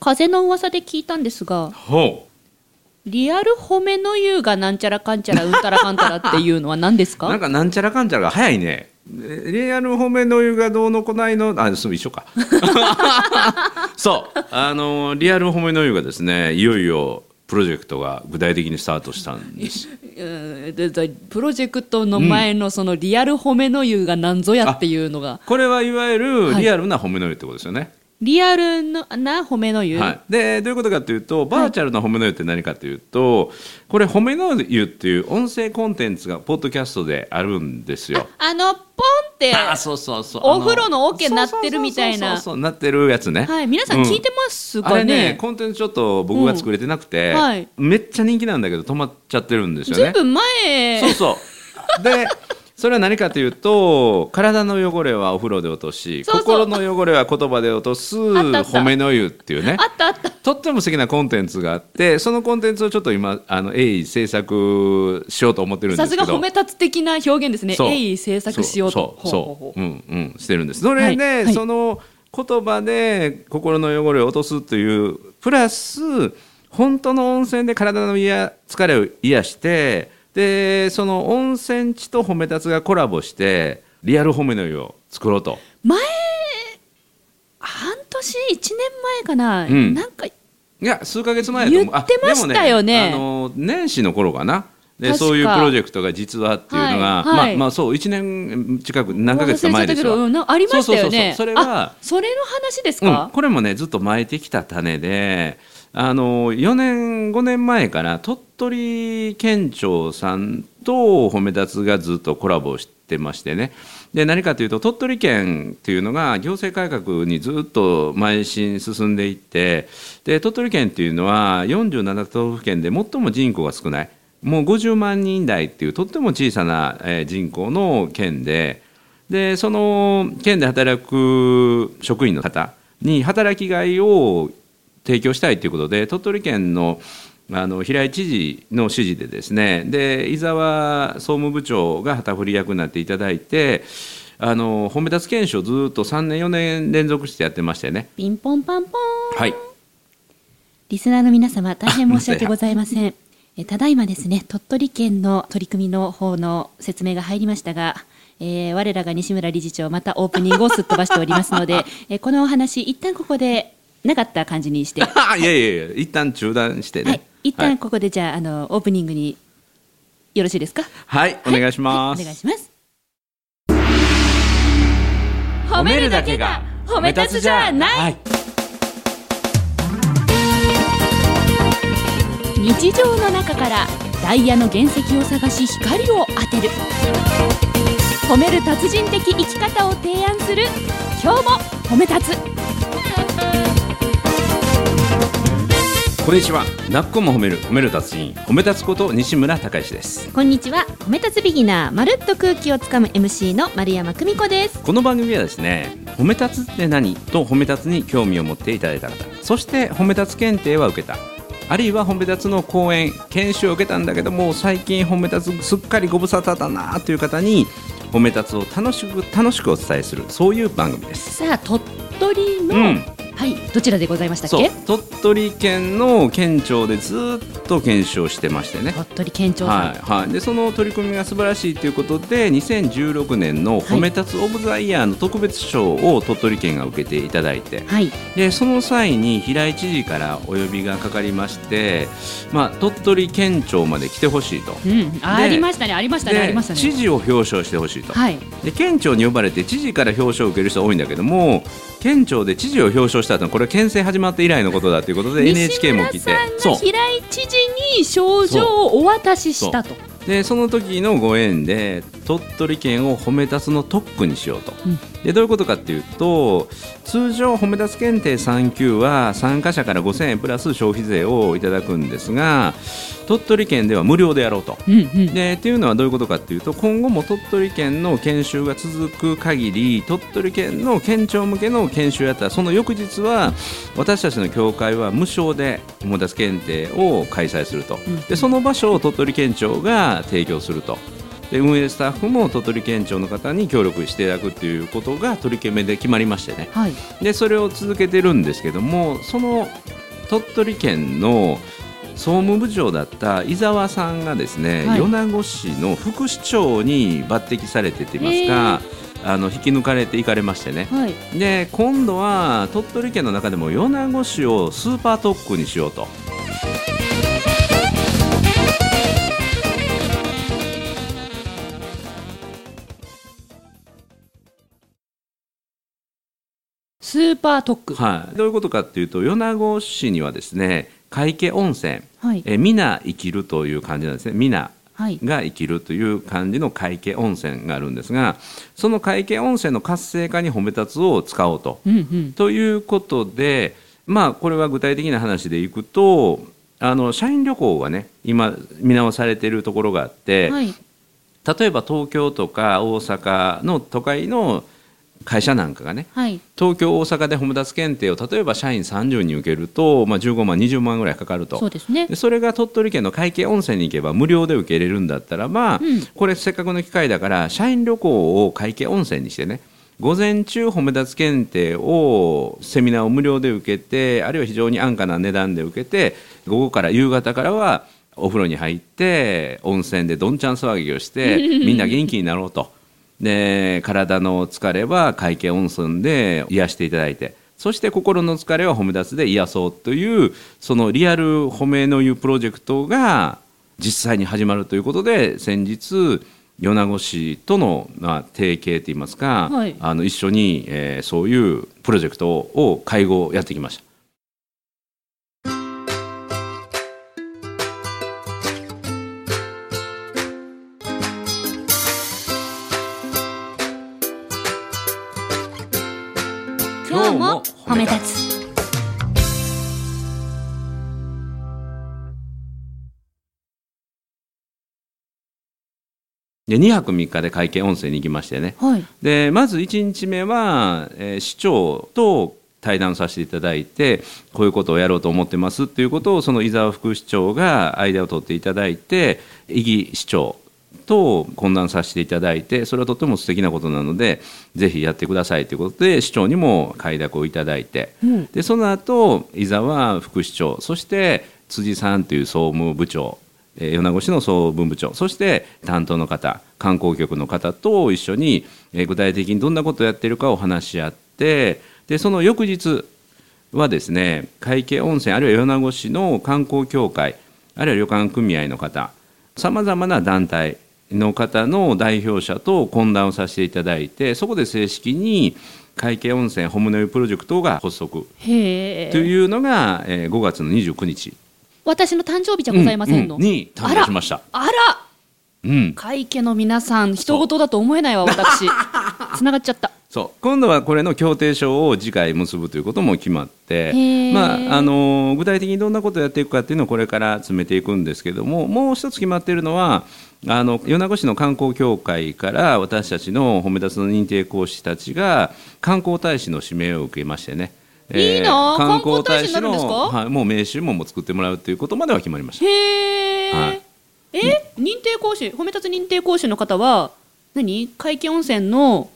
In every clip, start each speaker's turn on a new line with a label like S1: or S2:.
S1: 風の噂で聞いたんですが、
S2: ほ
S1: リアル褒めの優がなんちゃらかんちゃらうんたらかんたらっていうのは何です
S2: うなん
S1: か
S2: かなんちゃらかんちゃらが早いねえリアル褒めの湯がどうのこないのあそう一緒か そうあのリアル褒めの湯がですねいよいよプロジェクトが具体的にスタートしたんです
S1: うんででプロジェクトの前のそのリアル褒めの優が何ぞやっていうのが、
S2: これはいわゆる
S1: はい
S2: リアルな褒めの湯ってことですよね、
S1: リアルのな褒めの優、
S2: はい、でどういうことかというとバーチャルな褒めの湯って何かというと、これ褒めの湯っていう音声コンテンツがポッドキャストであるんですよ。
S1: あのポンって
S2: あーそうそうそう
S1: お風呂のオケ鳴ってるみたいな
S2: そうそうそうそうなってるやつね
S1: はい、皆さん聞いてます
S2: あ
S1: か
S2: れね
S1: ね,、
S2: コンテンツちょっと僕が作れてなくて、
S1: うんはい
S2: めっちゃ人気なんだけど止まっちゃってるんですよ
S1: ずい
S2: ね
S1: ぶん前
S2: そうそうでそれは何かというと体の汚れはお風呂で落とし
S1: そうそう
S2: 心の汚れは言葉で落とす
S1: あったあった
S2: 褒めの湯っていうね
S1: あったあった
S2: とっても素敵なコンテンツがあってそのコンテンツをちょっと今あの鋭意制作しようと思ってるんで
S1: さ
S2: す
S1: す
S2: けど
S1: が褒め立つ的な表現ですね
S2: そう
S1: 鋭意制作しようとほ
S2: そう
S1: う
S2: そ
S1: ほう
S2: う
S1: ほ
S2: そうううんうんしてるんですそれで、
S1: はいはい
S2: その言葉で心の汚れを落とすというプラス本当の温泉で体の癒や疲れを癒してでその温泉地と褒め立つがコラボしてリアル褒めの湯を作ろうと
S1: 前半年1年前かな、
S2: うん
S1: なんか
S2: いや数ヶ月前やと思う
S1: 言ってましたよね
S2: あでもあの年始の頃かなで
S1: 確か
S2: そういうプロジェクトが実はっていうのが、
S1: はいはい
S2: まあまあそう1年近く何ヶ月か
S1: 忘れちゃ
S2: 前
S1: っ
S2: で
S1: た
S2: す
S1: け
S2: よ
S1: ど、うんなんかありましたよね
S2: そうそうそうそうそれは
S1: あそれの話です
S2: うん、
S1: か、
S2: これもねずっと巻いてきた種であの4年5年前から鳥取県庁さんと褒め立つがずっとコラボしてましてねで何かというと鳥取県っていうのが行政改革にずっと邁進進んでいってで鳥取県っていうのは47都道府県で最も人口が少ないもう50万人台っていうとっても小さなえー人口の県で。でその県で働く職員の方に働きがいを提供したいということで鳥取県のあの平井知事の指示でですねで伊沢総務部長が旗振り役になっていただいてあの褒め立つ研修をずっと3年4年連続してやってましたよね。
S1: ピンポンパンポーン、
S2: はい
S1: リスナーの皆様大変申し訳ございません えただいまですね鳥取県の取り組みの方の説明が入りましたがえー我らが西村理事長またオープニングをすっ飛ばしておりますの で、えこのお話一旦ここでなかった感じにして
S2: いやいやいや一旦中断してね。
S1: はい、一旦ここでじゃあ、あのオープニングによろしいですか。
S2: はい、はいお願いし
S1: は
S2: ま
S1: いお
S2: す
S1: 願い。します。
S2: はい
S1: 日常の中からダイヤの原石を探し光を当てる褒める達人的生き方を提案する今日も褒め立つ
S2: こんにちは。なっこも褒める褒める達人褒め立つこと西村隆之です。
S1: こんにちは褒め立つビギナーまるっと空気をつかむ MC の丸山久美子です
S2: この番組はですね褒め立つって何と褒め立つに興味を持っていただいた方そして褒め立つ検定は受けたあるいは褒め立つの講演研修を受けたんだけども最近褒め立つすっかりご無沙汰だなという方に褒め立つを楽しく楽しくお伝えするそういう番組です。
S1: さあ鳥取の、
S2: うん
S1: はいどちらでございましたっ
S2: そう
S1: け
S2: 鳥取県の県庁でずっと検証してましてね
S1: 鳥取県庁さん、
S2: はいはい、でその取り組みが素晴らしいということで2016年の褒め立つオブザイヤーの特別賞を鳥取県が受けていただいて
S1: はい、
S2: でその際に平井知事からお呼びがかかりまして、まあ、鳥取県庁まで来てほしいと。
S1: うん、あありましたね、ありましたね、あり
S2: で
S1: ました
S2: 知
S1: ね。
S2: 事を表彰してほしいと、
S1: はい、
S2: で県庁に呼ばれて知事から表彰を受ける人多いんだけども県庁で知事を表彰したのはこれは県政始まって以来のことだということで NHK も来て
S1: 西村さん
S2: そう
S1: が平井知事に賞状をお渡ししたと。
S2: でその時のご縁で鳥取県を褒め立つの特区にしようと、
S1: うん
S2: でどういうことかっていうと通常褒め立つ検定3級は参加者から5000円プラス消費税をいただくんですが鳥取県では無料でやろうと。
S1: うんうん、
S2: でっていうのはどういうことかっていうと今後も鳥取県の研修が続く限り鳥取県の県庁向けの研修をやったらその翌日は私たちの協会は無償で友達検定を開催すると、
S1: うん
S2: でその場所を鳥取県庁が提供するとで運営スタッフも鳥取県庁の方に協力していただくということが取り決めで決まりましてね
S1: はい。
S2: でそれを続けてるんですけどもその鳥取県の総務部長だった伊沢さんがですね、
S1: はい
S2: 米子市の副市長に抜擢されてと言いますかあの引き抜かれていかれましてね
S1: はい。
S2: で今度は鳥取県の中でも米子市をスーパー特区にしようと。
S1: スーパートック。
S2: はい、どういうことかっていうと米子市にはですね海家温泉
S1: はい。
S2: え皆生きるという感じなんですね皆
S1: はい。
S2: が生きるという感じの海家温泉があるんですがその海家温泉の活性化に褒め立つを使おうと。
S1: うんうん。
S2: ということでまあこれは具体的な話でいくとあの社員旅行がね今見直されているところがあって、
S1: はい。
S2: 例えば東京とか大阪の都会の会社なんかがね
S1: はい。
S2: 東京、大阪でホムダス検定を例えば社員30人受けると、まあ、15万、20万ぐらいかかると。
S1: そうですね
S2: で。それが鳥取県の会計温泉に行けば無料で受け入れるんだったらば、
S1: うん
S2: これせっかくの機会だから社員旅行を会計温泉にしてね午前中褒め立つ検定をセミナーを無料で受けてあるいは非常に安価な値段で受けて午後から夕方からはお風呂に入って温泉でどんちゃん騒ぎをし てみんな元気になろうと。で体の疲れは会計温泉で癒していただいてそして心の疲れは褒め立つで癒そうというそのリアル褒めの湯プロジェクトが実際に始まるということで先日米子市との、まあ、提携といいますか、
S1: はい
S2: あの一緒に、えーそういうプロジェクトを会合をやってきました。
S1: 今日も褒め立つ。
S2: で2泊3日で会計温泉に行きましてね
S1: はい。
S2: でまず1日目は、えー市長と対談させていただいてこういうことをやろうと思ってますっていうことをその伊沢副市長が間を取っていただいて伊木市長と懇談させていただいてそれはとても素敵なことなのでぜひやってくださいということで市長にも快諾をいただいて、
S1: うん
S2: でその後伊沢副市長そして辻さんという総務部長えー米子市の総務部長そして担当の方観光局の方と一緒に、えー具体的にどんなことをやってるかを話し合ってでその翌日はですね会計温泉あるいは米子市の観光協会あるいは旅館組合の方さまざまな団体の方の代表者と懇談をさせていただいてそこで正式に会計温泉ホムネプロジェクトが発足
S1: へ
S2: と
S1: え。
S2: いうのが、えー5月の29日
S1: 私の誕生日じゃございませんの。
S2: うんうんに誕生しました。
S1: あら、
S2: うん、
S1: 会計の皆さん、人事だと思えないわ、 私。つながっちゃった。
S2: そう今度はこれの協定書を次回結ぶということも決まって
S1: へー、
S2: まああの具体的にどんなことをやっていくかっていうのをこれから詰めていくんですけどももう一つ決まっているのはあの米子市の観光協会から私たちの褒め立つの認定講師たちが観光大使の指名を受けましてね。
S1: いいなあ観光大使になるんですか
S2: はい、もう名刺ももう作ってもらうということまでは決まりました。
S1: へえ、
S2: はい
S1: え認定講師褒め立つ認定講師の方は何会計温泉の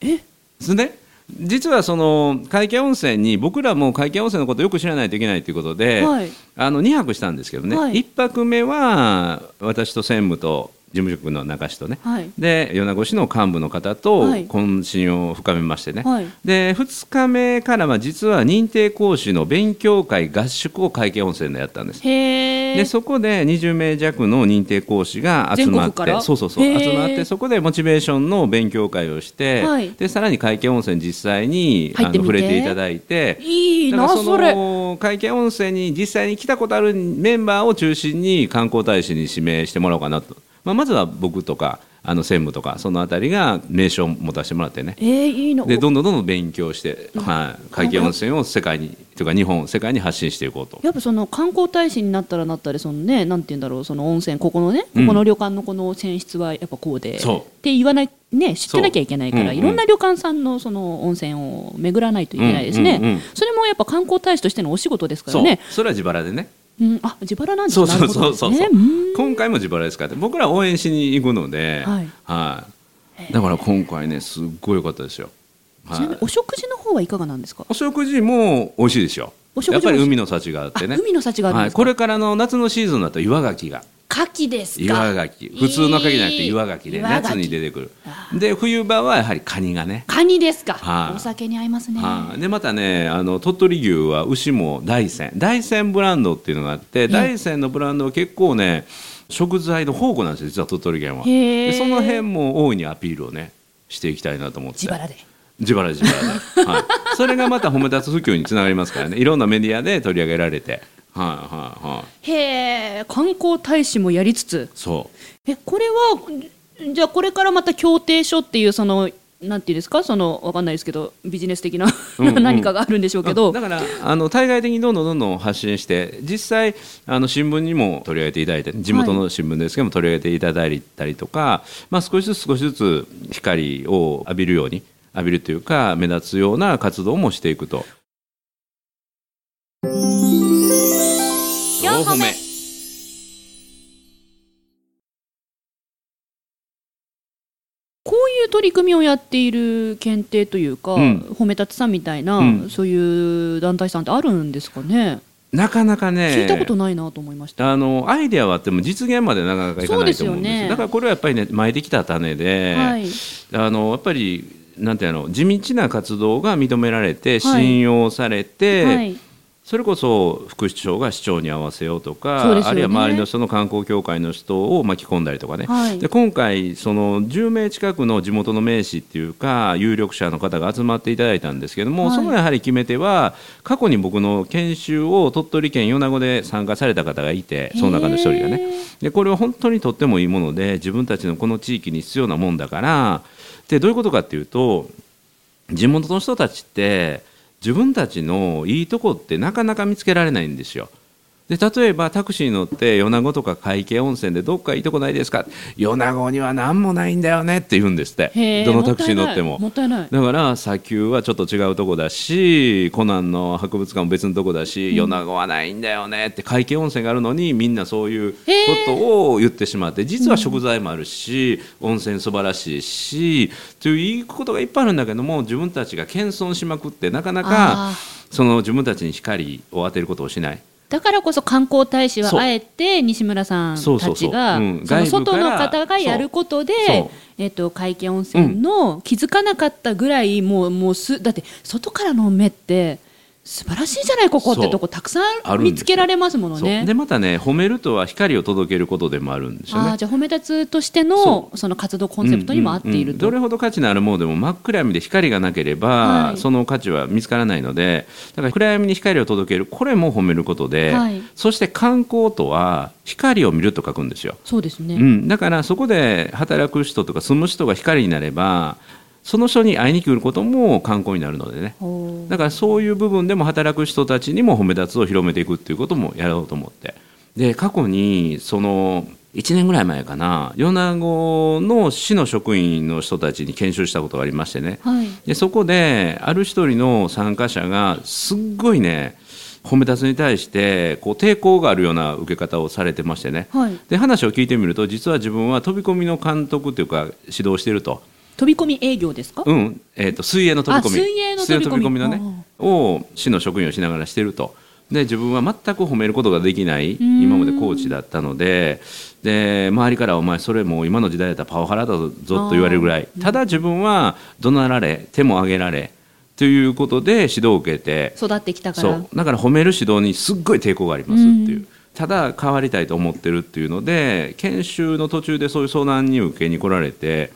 S2: ですね実はその会計温泉に僕らも会計温泉のことをよく知らないといけないということで、
S1: はい
S2: あの2泊したんですけどね、
S1: はい
S2: 1泊目は私と専務と事務職の中市とね、
S1: はい
S2: で米子市の幹部の方と
S1: はい
S2: 懇親を深めましてね、
S1: はい
S2: で2日目からは実は認定講師の勉強会合宿を会計温泉でやったんです。
S1: へ
S2: で
S1: え
S2: そこで20名弱の認定講師が集
S1: 全
S2: ま
S1: 国
S2: っ
S1: から
S2: てそうそうそう
S1: へー
S2: 集まってそこでモチベーションの勉強会をして、
S1: はい
S2: でさらに会計温泉実際に
S1: 入ってみて
S2: あの触れていただいて。
S1: いい
S2: だ
S1: な
S2: から
S1: それ
S2: の会計温泉に実際に来たことあるメンバーを中心に観光大使に指名してもらおうかなと、まあ、まずは僕とかあの専務とかそのあたりが名称を持たせてもらってね
S1: えー、いいな
S2: でどんどんどんどん勉強して、はい、会計温泉を世界にというか日本世界に発信していこうと
S1: やっぱその観光大使になったらなったでそのねなんて言うんだろうその温泉ここのねこ
S2: うん
S1: この旅館のこの泉質はやっぱこうで、
S2: そう
S1: って言わないね知ってなきゃいけないから、
S2: そううんうん
S1: いろんな旅館さんのその温泉を巡らないといけないですね、
S2: うんうんうん
S1: それもやっぱ観光大使としてのお仕事ですから
S2: そう
S1: ね
S2: それは自腹でね
S1: うん、あ自腹なんです
S2: そう
S1: ね
S2: そうそうそう、
S1: なるほどですね
S2: 今回も自腹ですからって僕ら応援しに行くので、
S1: はい
S2: はいだから今回ねすっごい良かったですよ、
S1: うん
S2: は
S1: ちなみにお
S2: い、
S1: 食事の方はいかがなんですか
S2: お食事も美味しいですよ
S1: お食事も
S2: やっぱり海の幸があってね
S1: あ海の幸があるん
S2: は
S1: で
S2: い、
S1: すか、
S2: これからの夏のシーズンだと岩ガキが
S1: 牡蠣ですか
S2: 岩ガキ普通のカキじゃなくて岩ガキで
S1: 岩牡蠣
S2: 夏に出てくる
S1: あ
S2: で冬場はやはりカニがね、
S1: カニですか、
S2: はい
S1: お酒に合いますね、
S2: はいでまたねあの鳥取牛は牛も大山大山ブランドっていうのがあって大山のブランドは結構ね食材の宝庫なんですよ実は鳥取県は
S1: へー
S2: でその辺も大いにアピールをねしていきたいなと思って
S1: 自腹で
S2: 自腹自腹で、 はい、それがまた褒め立つ普及につながりますからねいろんなメディアで取り上げられてはいはいはい
S1: へえ観光大使もやりつつ
S2: そう
S1: えこれはじゃあこれからまた協定書っていうそのなんていうんですかそのわかんないですけどビジネス的な
S2: うんう ん
S1: 何かがあるんでしょうけど、
S2: だからあの対外的にどんどんどんどん発信して実際あの新聞にも取り上げていただいて地元の新聞ですけども取り上げていただいたりとか、まあ、少しずつ少しずつ光を浴びるように浴びるというか目立つような活動もしていくと。
S1: 四歩目こういう取り組みをやっている検定というか、
S2: うん
S1: 褒め立つさんみたいな、
S2: うん
S1: そういう団体さんってあるんですかね、
S2: なかなかね
S1: 聞いたことないなと思いました。
S2: あのアイデアはあっても実現までなかなかいかないと思うんです
S1: そうですよね
S2: だからこれはやっぱりね巻いてきた種で、
S1: はい
S2: あのやっぱりなんていうの地道な活動が認められて
S1: はい
S2: 信用されて、
S1: はい
S2: それこそ副市長が市長に合わせようとか
S1: そうですよね
S2: あるいは周りの人の観光協会の人を巻き込んだりとかね、
S1: はい
S2: で今回その10名近くの地元の名士っていうか有力者の方が集まっていただいたんですけども、
S1: はい
S2: そのやはり決め手は過去に僕の研修を鳥取県米子で参加された方がいてその中の一人がね
S1: へ
S2: でこれは本当にとってもいいもので自分たちのこの地域に必要なもんだからでどういうことかっていうと地元の人たちって自分たちのいいとこってなかなか見つけられないんですよ。で例えばタクシーに乗って米子とか会計温泉でどっかいいとこないですか米子には何もないんだよねって言うんですって
S1: へー
S2: どのタクシーに乗っても
S1: もったいないもったい
S2: だから砂丘はちょっと違うとこだしコナンの博物館も別のとこだし米子はないんだよねって会計温泉があるのにみんなそういうことを言ってしまって実は食材もあるし、温泉素晴らしいしといういいことがいっぱいあるんだけども自分たちが謙遜しまくってなかな
S1: あ
S2: かその自分たちに光を当てることをしない。
S1: だからこそ観光大使は
S2: そう
S1: あえて西村さん
S2: そうそ
S1: た
S2: うそ
S1: ち
S2: う
S1: が
S2: うん
S1: その
S2: 外部
S1: 外
S2: から
S1: の方がやることで
S2: そうそう、
S1: えっと会計温泉の気づかなかったぐらいもうもうすだって外からの目って素晴らしいじゃないここって
S2: そう
S1: とこたくさ
S2: あ
S1: ん
S2: るんですよ
S1: 見つけられますもの
S2: そう
S1: ね
S2: で。またね褒めるとは光を届けることでもあるんですよ
S1: あ
S2: ね
S1: あ。じゃあ褒め立つとしてのその活動コンセプトにも合っていると。
S2: うんうんうんどれほど価値のあるものでも真っ暗闇で光がなければ、
S1: はい
S2: その価値は見つからないのでだから暗闇に光を届けるこれも褒めることで、
S1: はい
S2: そして観光とは光を見ると書くんですよ、
S1: そうですね、
S2: うん、だからそこで働く人とか住む人が光になればその人に会いに来ることも観光になるのでね
S1: ほう
S2: だからそういう部分でも働く人たちにも褒め立つを広めていくっていうこともやろうと思ってで過去にその1年ぐらい前かな米子の市の職員の人たちに研修したことがありましてね
S1: はい
S2: でそこである一人の参加者がすっごいね褒め立つに対してこう抵抗があるような受け方をされてましてね
S1: はい
S2: で話を聞いてみると実は自分は飛び込みの監督というか指導していると。
S1: 飛び込み営業ですか。
S2: うん、えっ、と水泳の飛び込み、
S1: あ水泳の飛び込み
S2: のね、を市の職員をしながらしてると。で自分は全く褒めることができない
S1: ん
S2: 今までコーチだったのでで周りから「お前それもう今の時代だったらパワハラだぞ」と言われるぐらいただ自分は怒鳴られ手も上げられということで指導を受けて
S1: 育ってきたか
S2: そ
S1: ら。
S2: うだから褒める指導にすっごい抵抗がありますっていう、
S1: うん
S2: ただ変わりたいと思ってるっていうので研修の途中でそういう相談に受けに来られて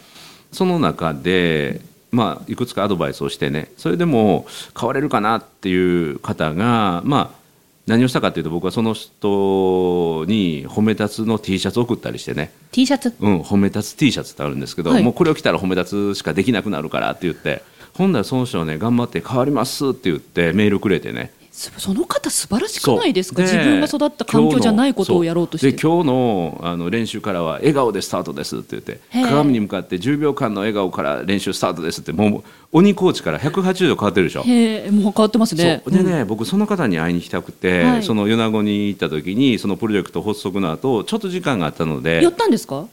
S2: その中で、まあ、いくつかアドバイスをしてねそれでも変われるかなっていう方がまあ何をしたかっていうと僕はその人に褒め立つの T シャツを送ったりしてね、
S1: T シャツ。
S2: うん、褒め立つ T シャツってあるんですけど、
S1: はい
S2: もうこれを着たら褒め立つしかできなくなるからって言ってほんならその人はね頑張って変わりますって言ってメールくれてね
S1: すその方素晴らしく
S2: そう
S1: ないですか自分が育った環境じゃないことをやろうとして
S2: で今日のあの練習からは笑顔でスタートですって言って
S1: へえ
S2: 鏡に向かって10秒間の笑顔から練習スタートですってもう鬼コーチから180度変わってるでしょ。
S1: へえもう変わってますね
S2: そうでね、僕その方に会いに行きたくて、
S1: はい
S2: その米子に行った時にそのプロジェクト発足の後ちょっと時間があったの
S1: うん
S2: で
S1: 寄ったんですか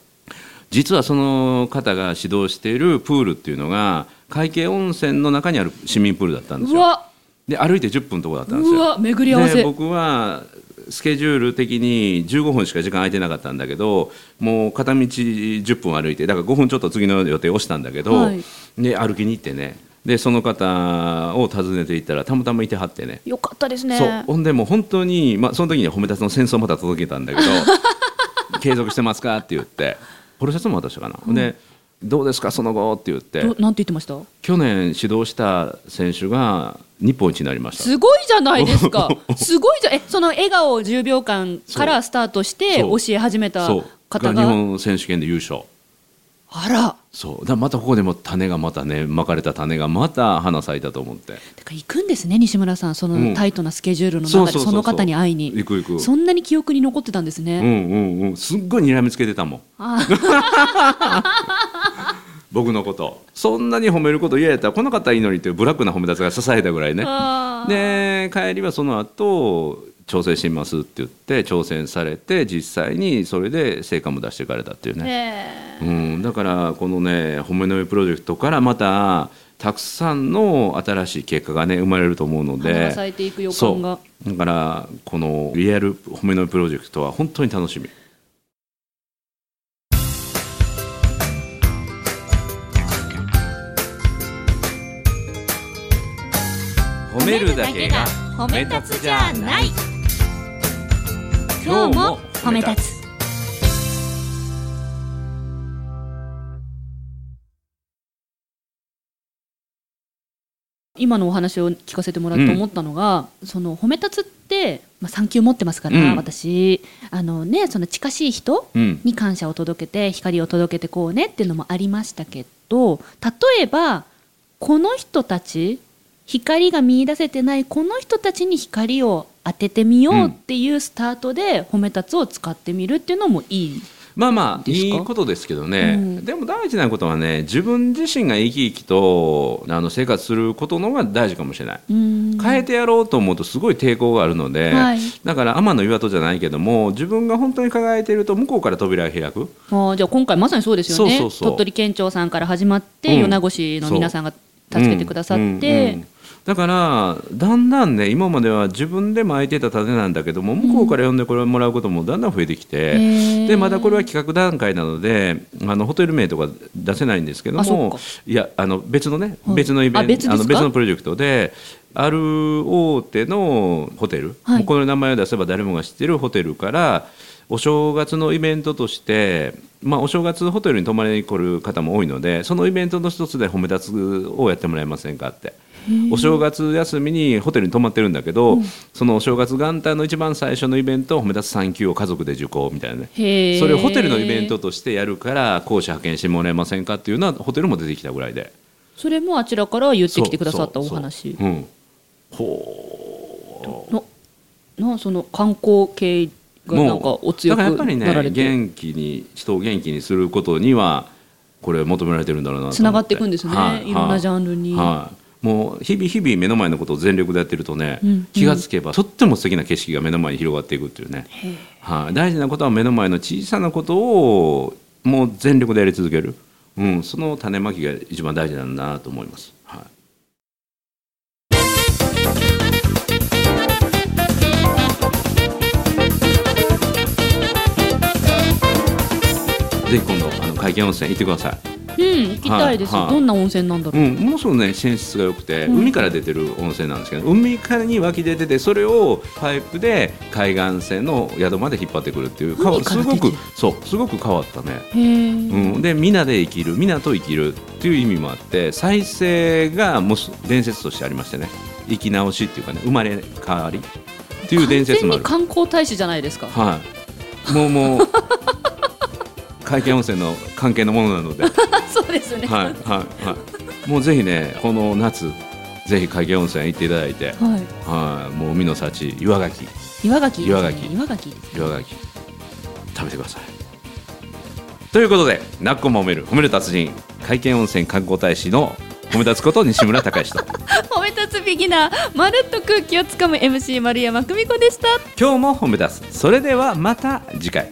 S2: 実はその方が指導しているプールっていうのが会計温泉の中にある市民プールだったんです
S1: う
S2: よ
S1: わ
S2: で歩いて10分のとこだったんです
S1: う
S2: よ
S1: わ巡り合わせ
S2: で僕はスケジュール的に15分しか時間空いてなかったんだけどもう片道10分歩いてだから5分ちょっと次の予定をしたんだけど、
S1: はい
S2: で歩きに行ってねでその方を訪ねていったらたまたまいてはってね
S1: よかったですね
S2: そうほんでもう本当に、まあ、その時には褒めたつの戦争また届けたんだ けど継続してますかって言ってプロセスも渡したかな、でどうですかその後って言って
S1: どなんて言ってました
S2: 去年指導した選手が日本一になりました
S1: すごいじゃないです かすごいじゃえその笑顔を10秒間からスタートして
S2: そ
S1: 教
S2: う
S1: え始めた
S2: そう
S1: 方
S2: 日
S1: が
S2: 本選手権で優勝
S1: あら
S2: そうだからまたここでも種がまたねまかれた種がまた花咲いたと思って
S1: てか行くんですね西村さんそ
S2: うん
S1: のタイトなスケジュールの
S2: そう
S1: 中
S2: そ
S1: で
S2: うそうそ
S1: そうの方に会いに
S2: 行く行く
S1: そんなに記憶に残ってたんです
S2: う
S1: ね、
S2: んうんうんすっごい睨みつけてたもん
S1: あー
S2: 僕のことそんなに褒めること嫌やったらこの方いいのにっていうブラックな褒め立つが支えたぐらい ね
S1: あー
S2: で帰りはその後調整しますって言って挑戦されて実際にそれで成果も出していかれたっていうね、
S1: ねえ
S2: うん、だからこのね「褒めの上プロジェクト」からまたたくさんの新しい結果がね生まれると思うの
S1: 花が
S2: で
S1: 咲いていく予
S2: そ
S1: 感
S2: う
S1: が
S2: だからこのリアル褒めの上プロジェクトは本当に楽しみ褒めるだけが
S1: 褒
S2: め立つじゃない
S1: 今日も褒め立
S2: つ
S1: つ今のお話を聞かせてもらって思ったのが、その褒め立つって、まあ、産休持ってますから、
S2: うん
S1: 私あの、ね、その近しい人
S2: うん
S1: に感謝を届けて光を届けてこうねっていうのもありましたけど例えばこの人たち光が見出せてないこの人たちに光を当ててみようっていうスタートで褒め立つを使ってみるっていうのもいい、
S2: まあまあ
S1: ですか
S2: いいことですけどね、
S1: うん
S2: でも大事なことはね自分自身が生き生きとあの生活することの方が大事かもしれない。
S1: うん
S2: 変えてやろうと思うとすごい抵抗があるので、
S1: はい
S2: だから天の岩戸じゃないけども自分が本当に輝いていると向こうから扉が開く
S1: あーじゃあ今回まさにそうですよね
S2: そうそうそう
S1: 鳥取県庁さんから始まって、
S2: うん
S1: 米子市の皆さんが助けてくださって、
S2: うんうんうんだからだんだんね今までは自分で巻いてた種なんだけども向こうから呼んでこれもらうこともだんだん増えてきて、
S1: へー
S2: でまだこれは企画段階なのであのホテル名とか出せないんですけど
S1: あそっ
S2: も
S1: か
S2: いやあの別のね、
S1: はい
S2: 別のイベ
S1: あ
S2: ン
S1: 別です
S2: ト
S1: か
S2: あの別のプロジェクトである大手のホテル、
S1: はい
S2: この名前を出せば誰もが知ってるホテルからお正月のイベントとして、まあ、お正月ホテルに泊まりに来る方も多いのでそのイベントの一つで褒め立つをやってもらえませんかって。お正月休みにホテルに泊まってるんだけど、そのお正月元旦の一番最初のイベントを褒め立つ産休を家族で受講みたいなね
S1: へー
S2: それをホテルのイベントとしてやるから講師派遣してもらえませんかっていうのはホテルも出てきたぐらいで
S1: それもあちらから言ってきてくださった
S2: そう
S1: お
S2: そう
S1: 話
S2: そううん、ほ
S1: のなその観光系
S2: う
S1: がなんかお強く
S2: だからやっぱ
S1: なられて、
S2: りね元気に人を元気にすることにはこれ求められてるんだろうなと思
S1: つながっていくんですね
S2: はい
S1: ろんなジャンルに
S2: はいもう日々日々目の前のことを全力でやってるとね、
S1: うん
S2: 気がつけばとっても素敵な景色が目の前に広がっていくっていうね、はい、大事なことは目の前の小さなことをもう全力でやり続ける、うん、その種まきが一番大事なんだなと思います。はいぜひ今度あの会見温泉行ってください。
S1: うん行きたいです、
S2: はいはい
S1: どんな温泉なんだろ
S2: う
S1: う、
S2: ん、ものすごくね泉質が良くて、海から出てる温泉なんですけど海からに湧き出ててそれをパイプで海岸線の宿まで引っ張ってくるっていう
S1: 海から
S2: す
S1: 出て
S2: ご
S1: る
S2: くそうすごく変わったね。
S1: へえ、
S2: うん、で皆で生きる皆と生きるっていう意味もあって再生がもうす伝説としてありましてね生き直しっていうかね生まれ変わりっていう伝
S1: 完
S2: 説
S1: 全
S2: も
S1: に
S2: ある。
S1: 観光大使じゃないですか
S2: はい、もう もう会見温泉の関係のものなので。
S1: そうですね、
S2: はいはいはい。もうぜひねこの夏ぜひ影温泉行っていただいて、
S1: は
S2: はい、もう海の幸岩牡蠣
S1: い。岩牡蠣。
S2: 岩牡蠣
S1: 岩牡 蠣ですね。
S2: 岩牡蠣食べてくださいということで「なっこも褒める褒める達人」海見温泉観光大使の褒め立つこと西村隆之と
S1: 褒め立つビギナー、まるっと空気をつかむ MC 丸山久美子でした。
S2: 今日も褒め立つそれではまた次回